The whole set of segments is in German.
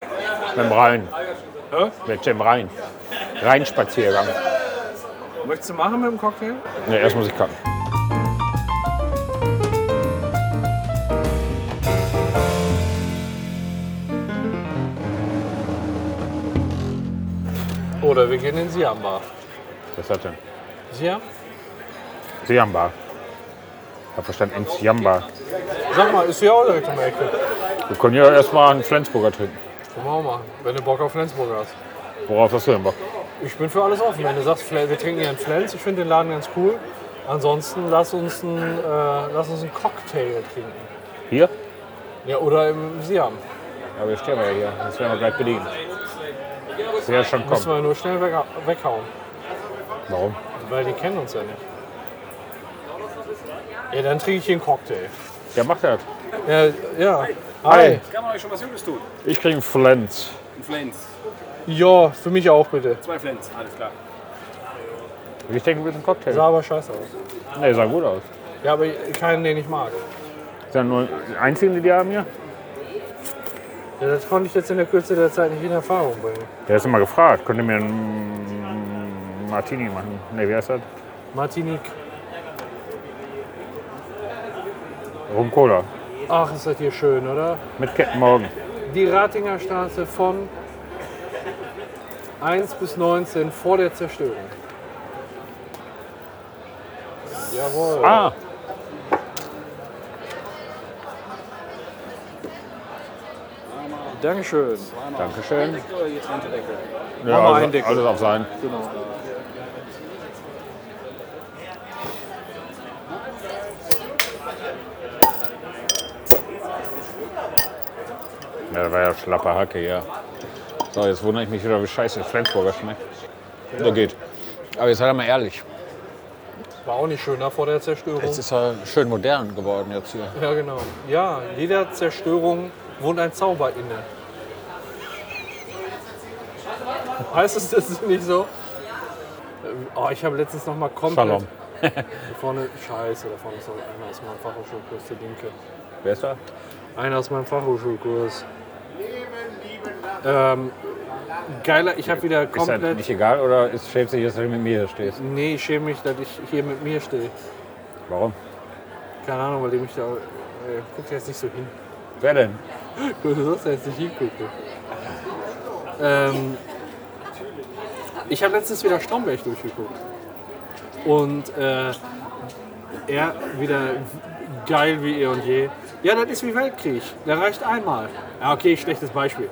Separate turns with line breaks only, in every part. Mit dem Rhein. Mit dem Rhein. Rheinspaziergang.
Möchtest du machen mit dem Cocktail?
Ne, erst muss ich kacken.
Oder wir gehen in Siam Bar.
Was ist das denn?
Siam?
Siamba. Ich hab verstanden, in Siamba.
Sag mal, ist hier auch direkt um die Ecke.
Wir können ja erstmal einen Flensburger trinken.
Können wir auch machen, wenn du Bock auf Flensburg hast.
Worauf hast du denn Bock?
Ich bin für alles offen. Wenn du sagst, Fle- wir trinken hier einen Flens, ich finde den Laden ganz cool. Ansonsten lass uns einen, äh, lass uns einen Cocktail trinken.
Hier?
Ja, oder im Siam.
Ja, wir stehen ja hier. Das werden wir gleich bedienen. Sehr schon
Müssen
kommen.
wir nur schnell weg, weghauen,
Warum?
weil die kennen uns ja nicht. Ja, dann trinke ich hier einen Cocktail.
Der macht das.
Ja, ja.
Hi.
Kann man euch schon was Gutes tun?
Ich kriege einen Flens.
Ein Flens.
Ja, für mich auch bitte.
Zwei Flens, alles klar.
Ich denke, wir sind Cocktail.
Sah aber scheiße aus.
Ne, sah gut aus.
Ja, aber keinen, den ich mag.
Ist ja nur die einzigen, die die haben hier?
Ja, das konnte ich jetzt in der Kürze der Zeit nicht in Erfahrung bringen.
Der ist immer gefragt. Könnt ihr mir einen Martini machen? Ne, wie heißt das?
Martinique.
Rum Cola.
Ach, ist das hier schön, oder?
Mit Captain Morgan.
Die Ratinger Straße von 1 bis 19 vor der Zerstörung. Jawohl.
Ah!
Dankeschön.
Dankeschön.
So, jetzt unter Deckel.
Ja,
mal
also,
einen Deckel.
alles auf sein. Ja, das war ja schlappe Hacke, ja. So, jetzt wundere ich mich wieder, wie scheiße Flensburger schmeckt. So geht. Aber jetzt sei mal ehrlich,
War auch nicht schöner vor der Zerstörung.
es ist ja schön modern geworden jetzt hier.
Ja, genau. Ja, jeder Zerstörung wohnt ein Zauber inne. Heißt es das nicht so? Ähm, Oh, ich habe letztens noch mal komplett...
Shalom.
Da vorne, scheiße, da vorne ist noch einer aus meinem Fachhochschulkurs, der Linke.
Wer ist da?
Einer aus meinem Fachhochschulkurs. Ähm, geiler, ich habe wieder
Ist das
komplett...
nicht egal oder ist- schämst du dich, dass du mit mir hier stehst?
Nee, ich schäme mich, dass ich hier mit mir stehe.
Warum?
Keine Ahnung, weil die mich da... Äh, guckt jetzt nicht so hin.
Wer denn?
Du sollst ja jetzt nicht hingucken. Ähm, ich habe letztens wieder Stromberg durchgeguckt. Und äh, er wieder geil wie eh und je. Ja, das ist wie Weltkrieg. Der reicht einmal. Ja, okay, schlechtes Beispiel.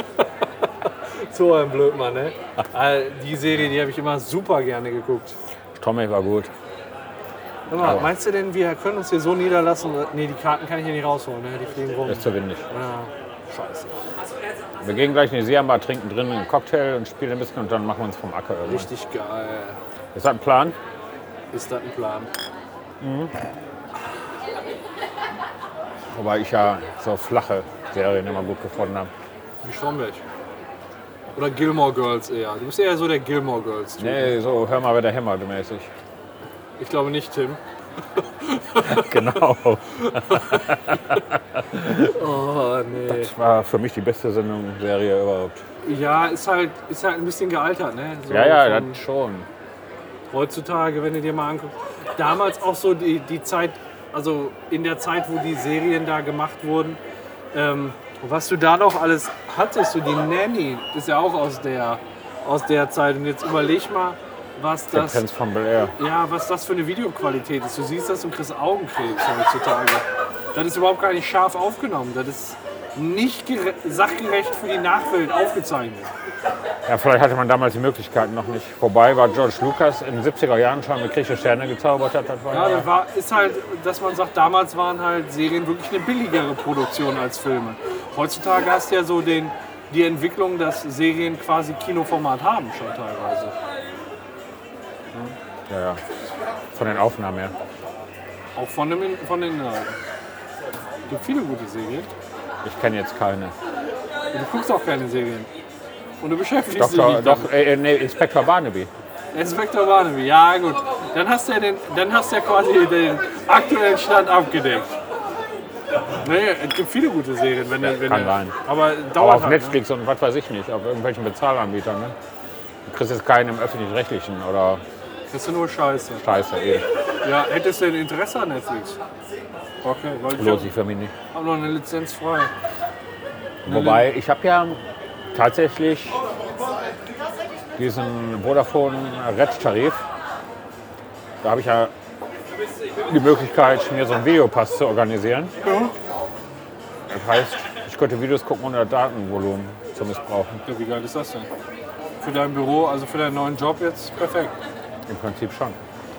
so ein Blödmann, ne? Äh, Die Serie, die habe ich immer super gerne geguckt.
Tommy war gut.
Hör mal, meinst du denn, wir können uns hier so niederlassen? Nee, die Karten kann ich hier nicht rausholen, ne? Die fliegen rum.
Ist zu windig.
Ja, scheiße.
Wir gehen gleich in die Siamba, trinken drinnen einen Cocktail und spielen ein bisschen und dann machen wir uns vom Acker irgendwann.
Richtig geil.
Ist das ein Plan?
Ist das ein Plan?
Wobei ich ja so flache Serien immer gut gefunden habe.
Wie Stromberg. Oder Gilmore Girls eher. Du bist eher so der Gilmore Girls. Typ.
Nee, so hör mal, wer der hämmert mäßig.
Ich glaube nicht, Tim.
Genau.
Oh, nee.
Das war für mich die beste Sendung, Serie überhaupt.
Ja, ist halt, ist halt ein bisschen gealtert, ne? So
Ja, ja,
von
das schon.
Heutzutage, wenn du dir mal anguckst. Damals auch so die, die Zeit, also in der Zeit, wo die Serien da gemacht wurden. Ähm, was du da noch alles hattest, so die Nanny, ist ja auch aus der, aus der Zeit. Und jetzt überleg mal, was
Der
das
Prinz von Bel Air.
Ja, was das für eine Videoqualität ist. Du siehst das und kriegst Augenkrebs heutzutage. Das ist überhaupt gar nicht scharf aufgenommen. Das ist nicht gere- sachgerecht für die Nachwelt aufgezeichnet.
Ja, vielleicht hatte man damals die Möglichkeiten noch nicht. Vorbei war George Lucas in den 70er Jahren schon mit griechischen Sterne gezaubert hat. Das war
Ja, das war, ist halt, dass man sagt, damals waren halt Serien wirklich eine billigere Produktion als Filme. Heutzutage hast du ja so den, die Entwicklung, dass Serien quasi Kinoformat haben schon teilweise.
ja, ja. Von den Aufnahmen her.
Auch von, dem, In- von den Inhalten. Es gibt viele gute Serien.
Ich kenne jetzt keine.
Und du guckst auch keine Serien. Und du beschäftigst dich
Dr.
nicht damit.
Doch, äh, nee, Inspektor Barnaby.
Inspektor Barnaby, ja gut. Dann hast du ja, den, dann hast du ja quasi den aktuellen Stand abgedeckt. Nee, es gibt viele gute Serien, wenn
Ja,
du- wenn
kann
du-
sein.
Aber
Aber
dauert
auf
halt,
Netflix und was weiß ich nicht, auf irgendwelchen Bezahlanbietern. Ne? Du kriegst jetzt keinen im öffentlich-rechtlichen oder
Ne? Das ist nur Scheiße.
Scheiße, eh.
Ja, hättest du ein Interesse an Netflix? Okay, weil ich
Lohnt
habe
sich für mich nicht.
hab noch eine Lizenz frei.
Wobei, ich habe ja tatsächlich diesen Vodafone Red Tarif. Da habe ich ja die Möglichkeit, mir so einen Videopass zu organisieren. Das heißt, ich könnte Videos gucken, ohne das Datenvolumen zu missbrauchen.
Ja, wie geil ist das denn? Für dein Büro, also für deinen neuen Job jetzt perfekt.
Im Prinzip schon.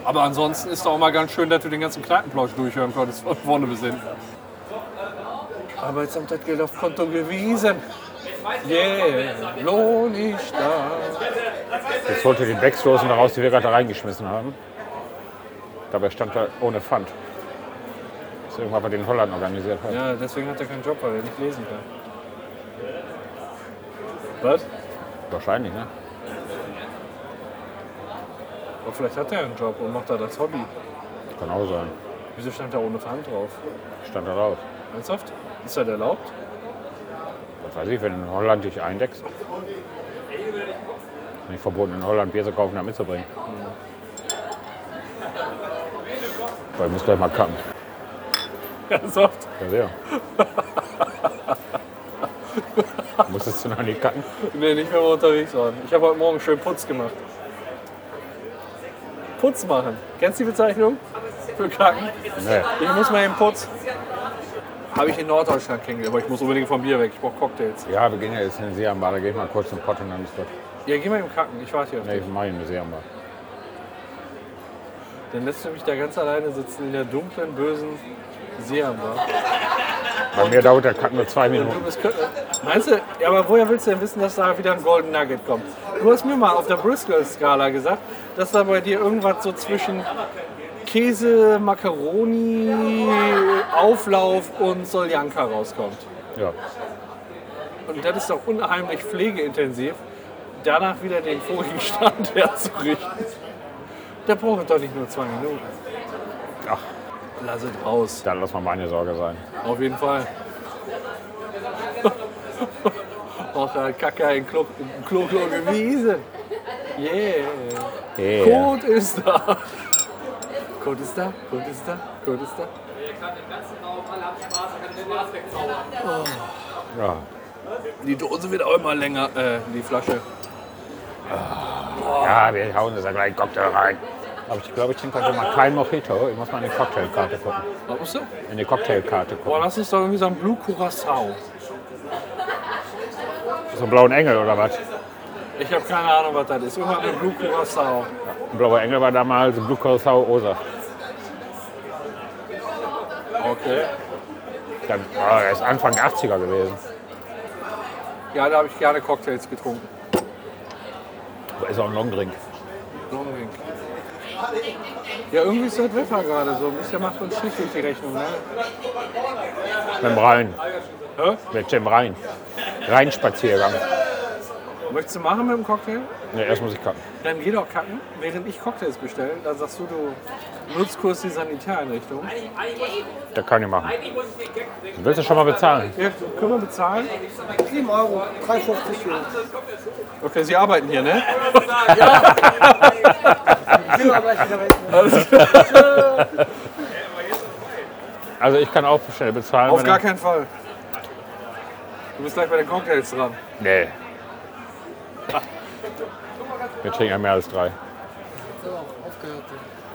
Aber ansonsten ist doch auch mal ganz schön, dass du den ganzen Kneipenplausch durchhören konntest, von vorne bis hinten. Arbeitsamt hat Geld auf Konto gewiesen. Yeah, Lohn ist da.
Jetzt holte die Backslosen daraus, die wir gerade da reingeschmissen haben. Dabei stand da ohne Pfand. Das ist irgendwann bei den Holland organisiert hat.
Ja, deswegen hat er keinen Job, weil er nicht lesen kann. Was?
Wahrscheinlich, ne?
Aber vielleicht hat er einen Job und macht da das Hobby.
Kann auch sein.
Wieso stand da ohne Pfand drauf?
Stand da drauf.
Ernsthaft? Ist das erlaubt?
Was weiß ich, wenn du in Holland dich eindeckst. Ist nicht verboten, in Holland Bier zu kaufen, da mitzubringen. Weil ich muss gleich mal kacken.
Ernsthaft?
Ja, sehr. Musstest du noch nicht kacken?
Nee, nicht mehr unterwegs waren. Ich habe heute Morgen schön Putz gemacht. Putz machen. Kennst du die Bezeichnung? Für Kacken.
Nee.
Ich muss mal eben Putz. Habe ich in Norddeutschland kennengelernt, aber ich muss unbedingt vom Bier weg. Ich brauche Cocktails.
Ja, wir gehen ja jetzt in den Seeanbar, da gehe ich mal kurz in den Pott und dann ist das.
Ja, geh mal eben kacken. Ich warte hier. auf
Nee, ich mache in den Seeanbar.
dich. Dann lässt du mich da ganz alleine sitzen in der dunklen, bösen Seehammer.
Bei mir dauert der Kacken nur zwei
Du
Minuten.
bist Kö- Meinst du, ja, aber woher willst du denn wissen, dass da wieder ein Golden Nugget kommt? Du hast mir mal auf der Briscoe-Skala gesagt, dass da bei dir irgendwas so zwischen Käse, Macaroni, Auflauf und Soljanka rauskommt.
Ja.
Und das ist doch unheimlich pflegeintensiv, danach wieder den vorigen Stand herzurichten. Da braucht es doch nicht nur zwei Minuten.
Ach.
Lass es raus.
Dann lass mal meine Sorge sein.
Auf jeden Fall. Auch da hat Kacke ein Klo, ein Klo, Klo gewiesen. Yeah.
Yeah.
Kot ist da. Kot ist da, Kot ist da, Kot ist da.
Ja.
Die Dose wird auch immer länger, äh, die Flasche.
ja, wir hauen jetzt gleich einen Cocktail rein. Aber ich glaube, ich trinke heute mal kein Mojito. Ich muss mal in die Cocktailkarte gucken.
Was musst du?
In die Cocktailkarte gucken.
Boah, lass uns doch irgendwie so einen Blue Curacao.
So einen blauen Engel oder was?
Ich habe keine Ahnung, was das ist. Irgendwann mit Blue Curacao.
Ein blauer Engel war damals ein Blue Curacao Osa.
Okay.
Dann, oh, er ist Anfang der 80er gewesen.
Ja, da habe ich gerne Cocktails getrunken.
Da ist auch ein Longdrink.
Longwing. Ja, irgendwie ist das Wetter gerade so. Ein bisschen macht uns schief durch die Rechnung. Ne?
Mit dem Rhein.
Hä?
Mit dem Rhein. Rheinspaziergang.
Möchtest du machen mit dem Cocktail?
Ne, erst muss ich kacken.
Dann geh doch kacken, während ich Cocktails bestelle. Dann sagst du, du nutzt kurz die Sanitäreinrichtung.
Das kann ich machen. Willst du schon mal bezahlen?
Ja, können wir bezahlen?
7 Euro, 3,50 Euro.
Okay, Sie arbeiten hier, ne?
Sind aber gleich wieder weg.
Also ich kann auch schnell bezahlen.
Auf
wenn
gar
er-
keinen Fall. Du bist gleich bei den Cocktails dran.
Nee. Wir trinken ja mehr als drei.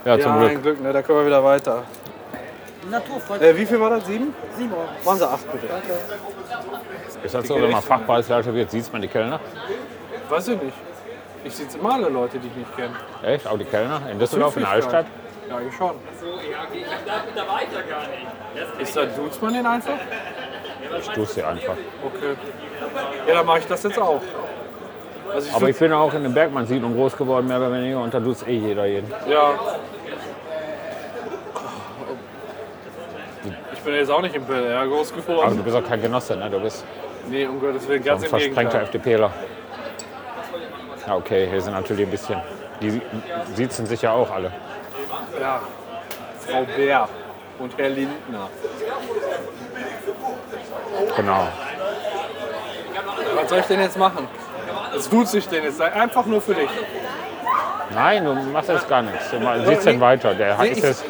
Ja, zum
ja,
Glück.
ein Glück, ne? Da können wir wieder weiter.
Naturfreundlich,
Äh, wie viel war das? Sieben?
7 Euro.
Waren sie acht, bitte?
Ist das so, wenn man Fachpreisleiter wird, sieht man die Kellner?
Weiß ich nicht. Ich sitze immer alle Leute, die ich nicht kenne.
Echt? Auch die Kellner? In Düsseldorf, in der
Höflichkeit.
Altstadt?
Ja, ich schon. Ist da duzt man den einfach?
Ich duze sie einfach.
Okay. Ja, dann mache ich das jetzt auch. Also ich
Aber
du-
ich bin auch in den Bergmann-Siedlung groß geworden, mehr oder weniger. Und da duzt eh jeder jeden.
ja. Ich bin jetzt auch nicht im Bel Air groß
Also
geworden.
du bist auch kein Genosse, ne? Du bist
Nee, um Gottes Willen,
ein
ganz im
versprengter
Gegenteil.
FDPler. Ja, okay, hier sind natürlich ein bisschen. Die sitzen sich ja auch alle.
Ja. Frau Bär und Herr Lindner.
Genau.
Was soll ich denn jetzt machen? Es tut sich denn jetzt einfach nur für dich.
Nein, du machst jetzt gar nichts. Du ma- sitzt dann
nee.
weiter. Der
Nee,
ist
ich-
jetzt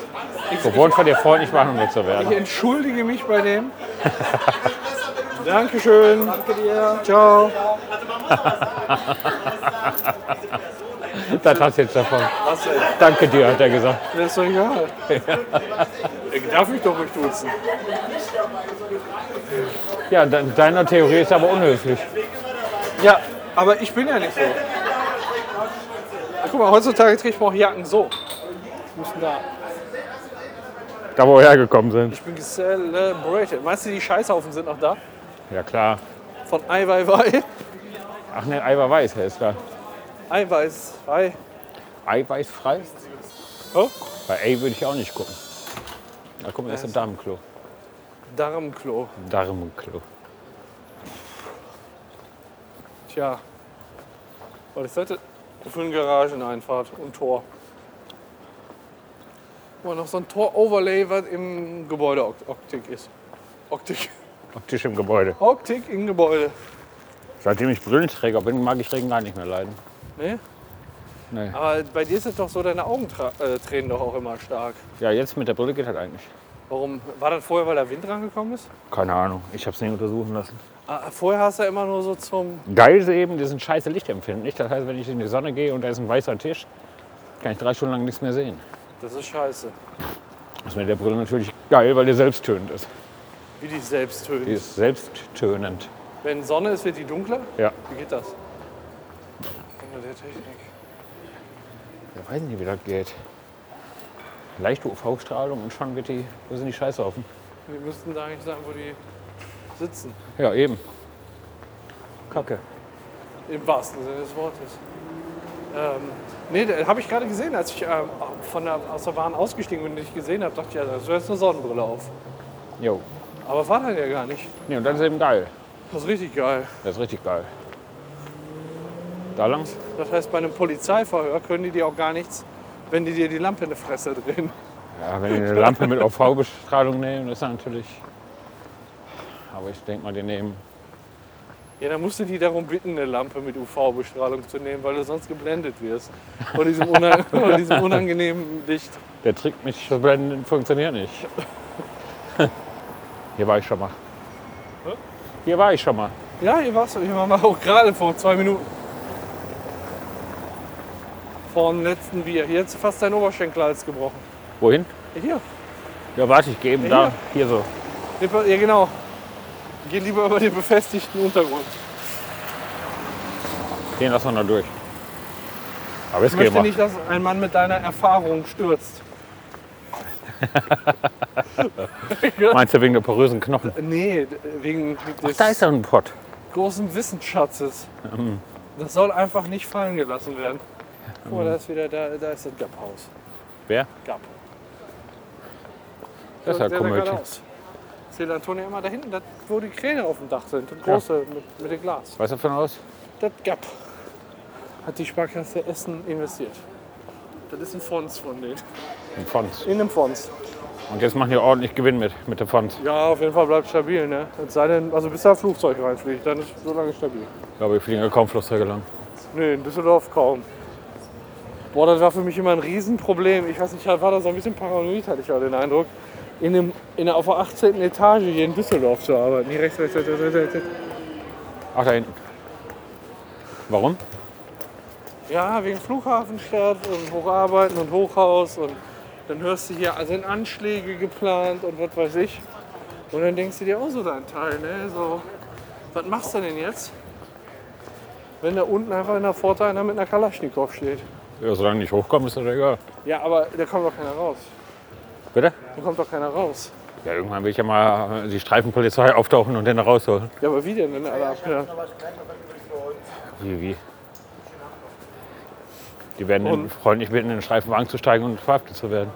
Ich,
gewohnt von dir freundlich behandelt zu
ich
werden.
entschuldige mich bei dem. Dankeschön.
Danke dir.
Ciao.
Das hast du jetzt davon.
Was denn?
Danke dir, hat er gesagt.
Mir ist doch egal. Ich darf mich doch ruhig duzen.
Ja, de- deiner Theorie ist aber unhöflich.
Ja, aber ich bin ja nicht so. Guck mal, heutzutage trägt man auch Jacken so. Ich muss denn da.
Da, wo wir hergekommen sind.
Ich bin celebrated. Meinst du, die Scheißhaufen sind noch da?
Ja, klar.
Von Eiweißwei?
Ach ne, Eiweiß heißt da.
Eiweißwei.
Eiweißfrei?
Oh?
Bei Ei würde ich auch nicht gucken. Da gucken wir erst im Darmklo.
Darmklo.
Darmklo.
Tja. Was ist das denn für eine Garageneinfahrt und Tor? Guck mal, noch so ein Tor-Overlay, was im Gebäude Okt- Optik ist. Optik.
Optisch im Gebäude.
Optik im Gebäude.
Seitdem ich Brillenträger bin, mag ich Regen gar nicht mehr leiden.
Ne?
Nee.
Aber bei dir sind doch so deine Augen tra- äh, tränen doch auch immer stark.
Ja, jetzt mit der Brille geht halt eigentlich.
Warum? War das vorher, weil der Wind rangekommen ist?
Keine Ahnung, ich hab's nicht untersuchen lassen.
Ah, vorher hast du ja immer nur so zum.
Geil ist eben, die sind scheiße lichtempfindlich. Das heißt, wenn ich in die Sonne gehe und da ist ein weißer Tisch, kann ich drei Stunden lang nichts mehr sehen.
Das ist scheiße.
Das ist mit der Brille natürlich geil, weil die selbsttönend ist.
Wie die selbst töten.
Die ist selbsttönend.
Wenn Sonne ist, wird die dunkler?
Ja.
Wie geht das? Wunder der Technik.
Ich weiß nicht, wie das geht. Leichte UV-Strahlung und schon wird die, wo sind die Scheißhaufen?
Wir müssten da eigentlich sein, wo die sitzen.
Ja, eben. Kacke.
Im wahrsten Sinne des Wortes. Ähm, nee, das habe ich gerade gesehen, als ich ähm, von der, aus der Bahn ausgestiegen bin und dich gesehen habe, dachte ich, ja, du hast eine Sonnenbrille auf.
Jo.
Aber war dann ja gar nicht.
Nee, und das ist eben geil.
Das ist richtig geil.
Das ist richtig geil. Da lang?
Das heißt, bei einem Polizeiverhör können die dir auch gar nichts, wenn die dir die Lampe in die Fresse drehen.
Ja, wenn die eine Lampe mit UV-Bestrahlung nehmen, ist das natürlich. Aber ich denke mal, die nehmen.
Ja, dann musst du die darum bitten, eine Lampe mit UV-Bestrahlung zu nehmen, weil du sonst geblendet wirst. Von diesem, unan von diesem unangenehmen Licht.
Der Trick mit Blenden funktioniert nicht. Hier war ich schon mal. Hier war ich schon mal.
Ja, hier warst du. Hier waren wir auch gerade vor zwei Minuten. Vor dem letzten Bier. Hier hat fast dein Oberschenkelhals gebrochen.
Wohin?
Hier.
Ja, warte, ich gehe eben da. Hier so.
Ja, genau. Geh lieber über den befestigten Untergrund.
Den lassen wir noch durch. Aber jetzt
Ich
gehen
möchte
wir.
nicht, dass ein Mann mit deiner Erfahrung stürzt.
Meinst du wegen der porösen Knochen?
Nee, wegen des
Da ist Mhm. ja ein Pott.
großen Wissensschatzes. Das soll einfach nicht fallen gelassen werden. Guck
Mhm.
mal, da ist wieder, da, da ist das Gap-Haus.
Wer?
Gap.
Das ist ja Komödie.
Zählt Antonia immer da hinten, das, wo die Kräne auf dem Dach sind. Das große mit, mit dem Glas.
Weißt du von aus?
Das Gap hat die Sparkasse Essen investiert. Das ist ein Fonds von denen.
Ein Fonds.
In einem Fonds.
Und jetzt machen die ordentlich Gewinn mit, mit dem Fonds.
Ja, auf jeden Fall bleibt stabil, ne? Es sei denn, also bis da ein Flugzeug reinfliegt, dann ist es so lange stabil.
Ich glaube, wir fliegen ja kaum Flugzeuge lang.
Nee, in Düsseldorf kaum. Boah, das war für mich immer ein Riesenproblem. Ich weiß nicht, ich war da so ein bisschen paranoid, hatte ich auch den Eindruck, in dem, in der, auf der 18. Etage hier in Düsseldorf zu arbeiten. Hier rechts, rechts, rechts, rechts, rechts, rechts.
Ach, da hinten. Warum?
Ja, wegen Flughafenstadt und Hocharbeiten und Hochhaus und dann hörst du hier, also sind Anschläge geplant und was weiß ich. Und dann denkst du dir auch so deinen Teil, ne? So, was machst du denn jetzt? Wenn da unten einfach in der Pforte einer mit einer Kalaschnikow steht.
Ja, solange nicht hochkommen, ist das egal.
Ja, aber da kommt doch keiner raus.
Bitte?
Da kommt doch keiner raus.
Ja, irgendwann will ich ja mal die Streifenpolizei auftauchen und den da rausholen.
Ja, aber wie denn, wenn alle abhören?
Wie, wie? Die werden den freundlich bitten, in den Streifenwagen zu steigen und verhaftet zu werden.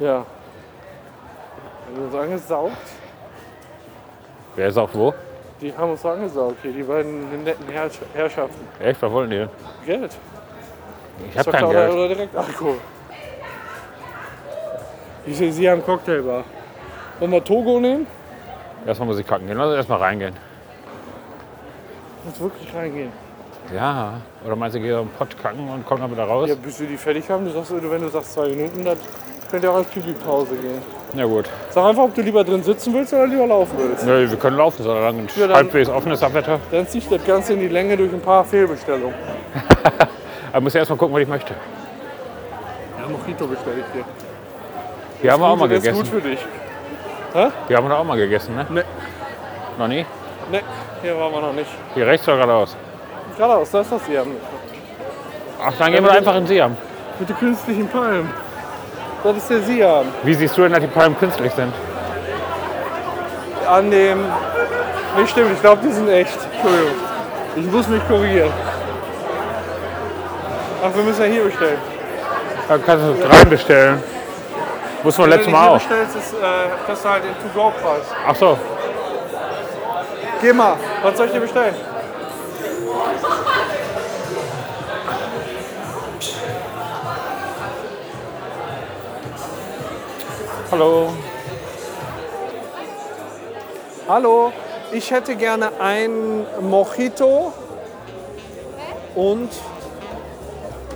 Ja. Die haben uns angesaugt.
Wer ist auch wo?
Die haben uns angesaugt hier, die beiden netten Herrsch- Herrschaften.
Echt? Was wollen die denn?
Geld.
Ich hab
Cocktail
kein
oder,
Geld.
oder direkt Alkohol. Ich sehe Sie haben Cocktailbar. Wollen wir Togo nehmen?
Erstmal muss ich kacken gehen. Lass uns erstmal reingehen.
Muss wirklich reingehen.
Ja. Oder meinst du, geh so einen Pott kacken und komm dann wieder raus?
Ja, bis wir die fertig haben, du sagst, wenn du sagst zwei Minuten, dann könnt ihr auch als Pipi-Pause gehen.
Na gut.
Sag einfach, ob du lieber drin sitzen willst oder lieber laufen willst.
Nö, wir können laufen, solange es
Ja, dann-
halbwegs offenes Abwetter.
Dann zieht das Ganze in die Länge durch ein paar Fehlbestellungen.
Aber muss ja erstmal gucken, was ich möchte.
Ja, Mojito bestelle ich dir.
Hier haben wir auch mal
Gut, das ist gut
gegessen.
für dich.
Hier haben wir doch auch mal gegessen, ne?
Nee.
Noch nie?
Ne, hier waren wir noch nicht.
Hier rechts oder geradeaus?
Geradeaus, da ist das hier.
Ach, dann gehen wir einfach in Siam.
Mit den künstlichen Palmen. Das ist der Siam.
Wie siehst du denn, dass die Palmen künstlich sind?
An dem. Nee, stimmt, ich glaube, die sind echt. Entschuldigung. Ich muss mich korrigieren. Ach, wir müssen ja hier bestellen.
Da kannst du es rein bestellen. Mussten wir
Wenn du
letztes
die
Mal
hier
auch.
bestellst, ist, äh, kriegst du halt den To-Go-Preis.
Ach so,
Geh mal. Was soll ich dir bestellen?
hallo.
Hallo, ich hätte gerne ein Mojito und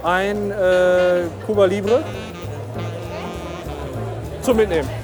ein äh, Cuba Libre zum Mitnehmen.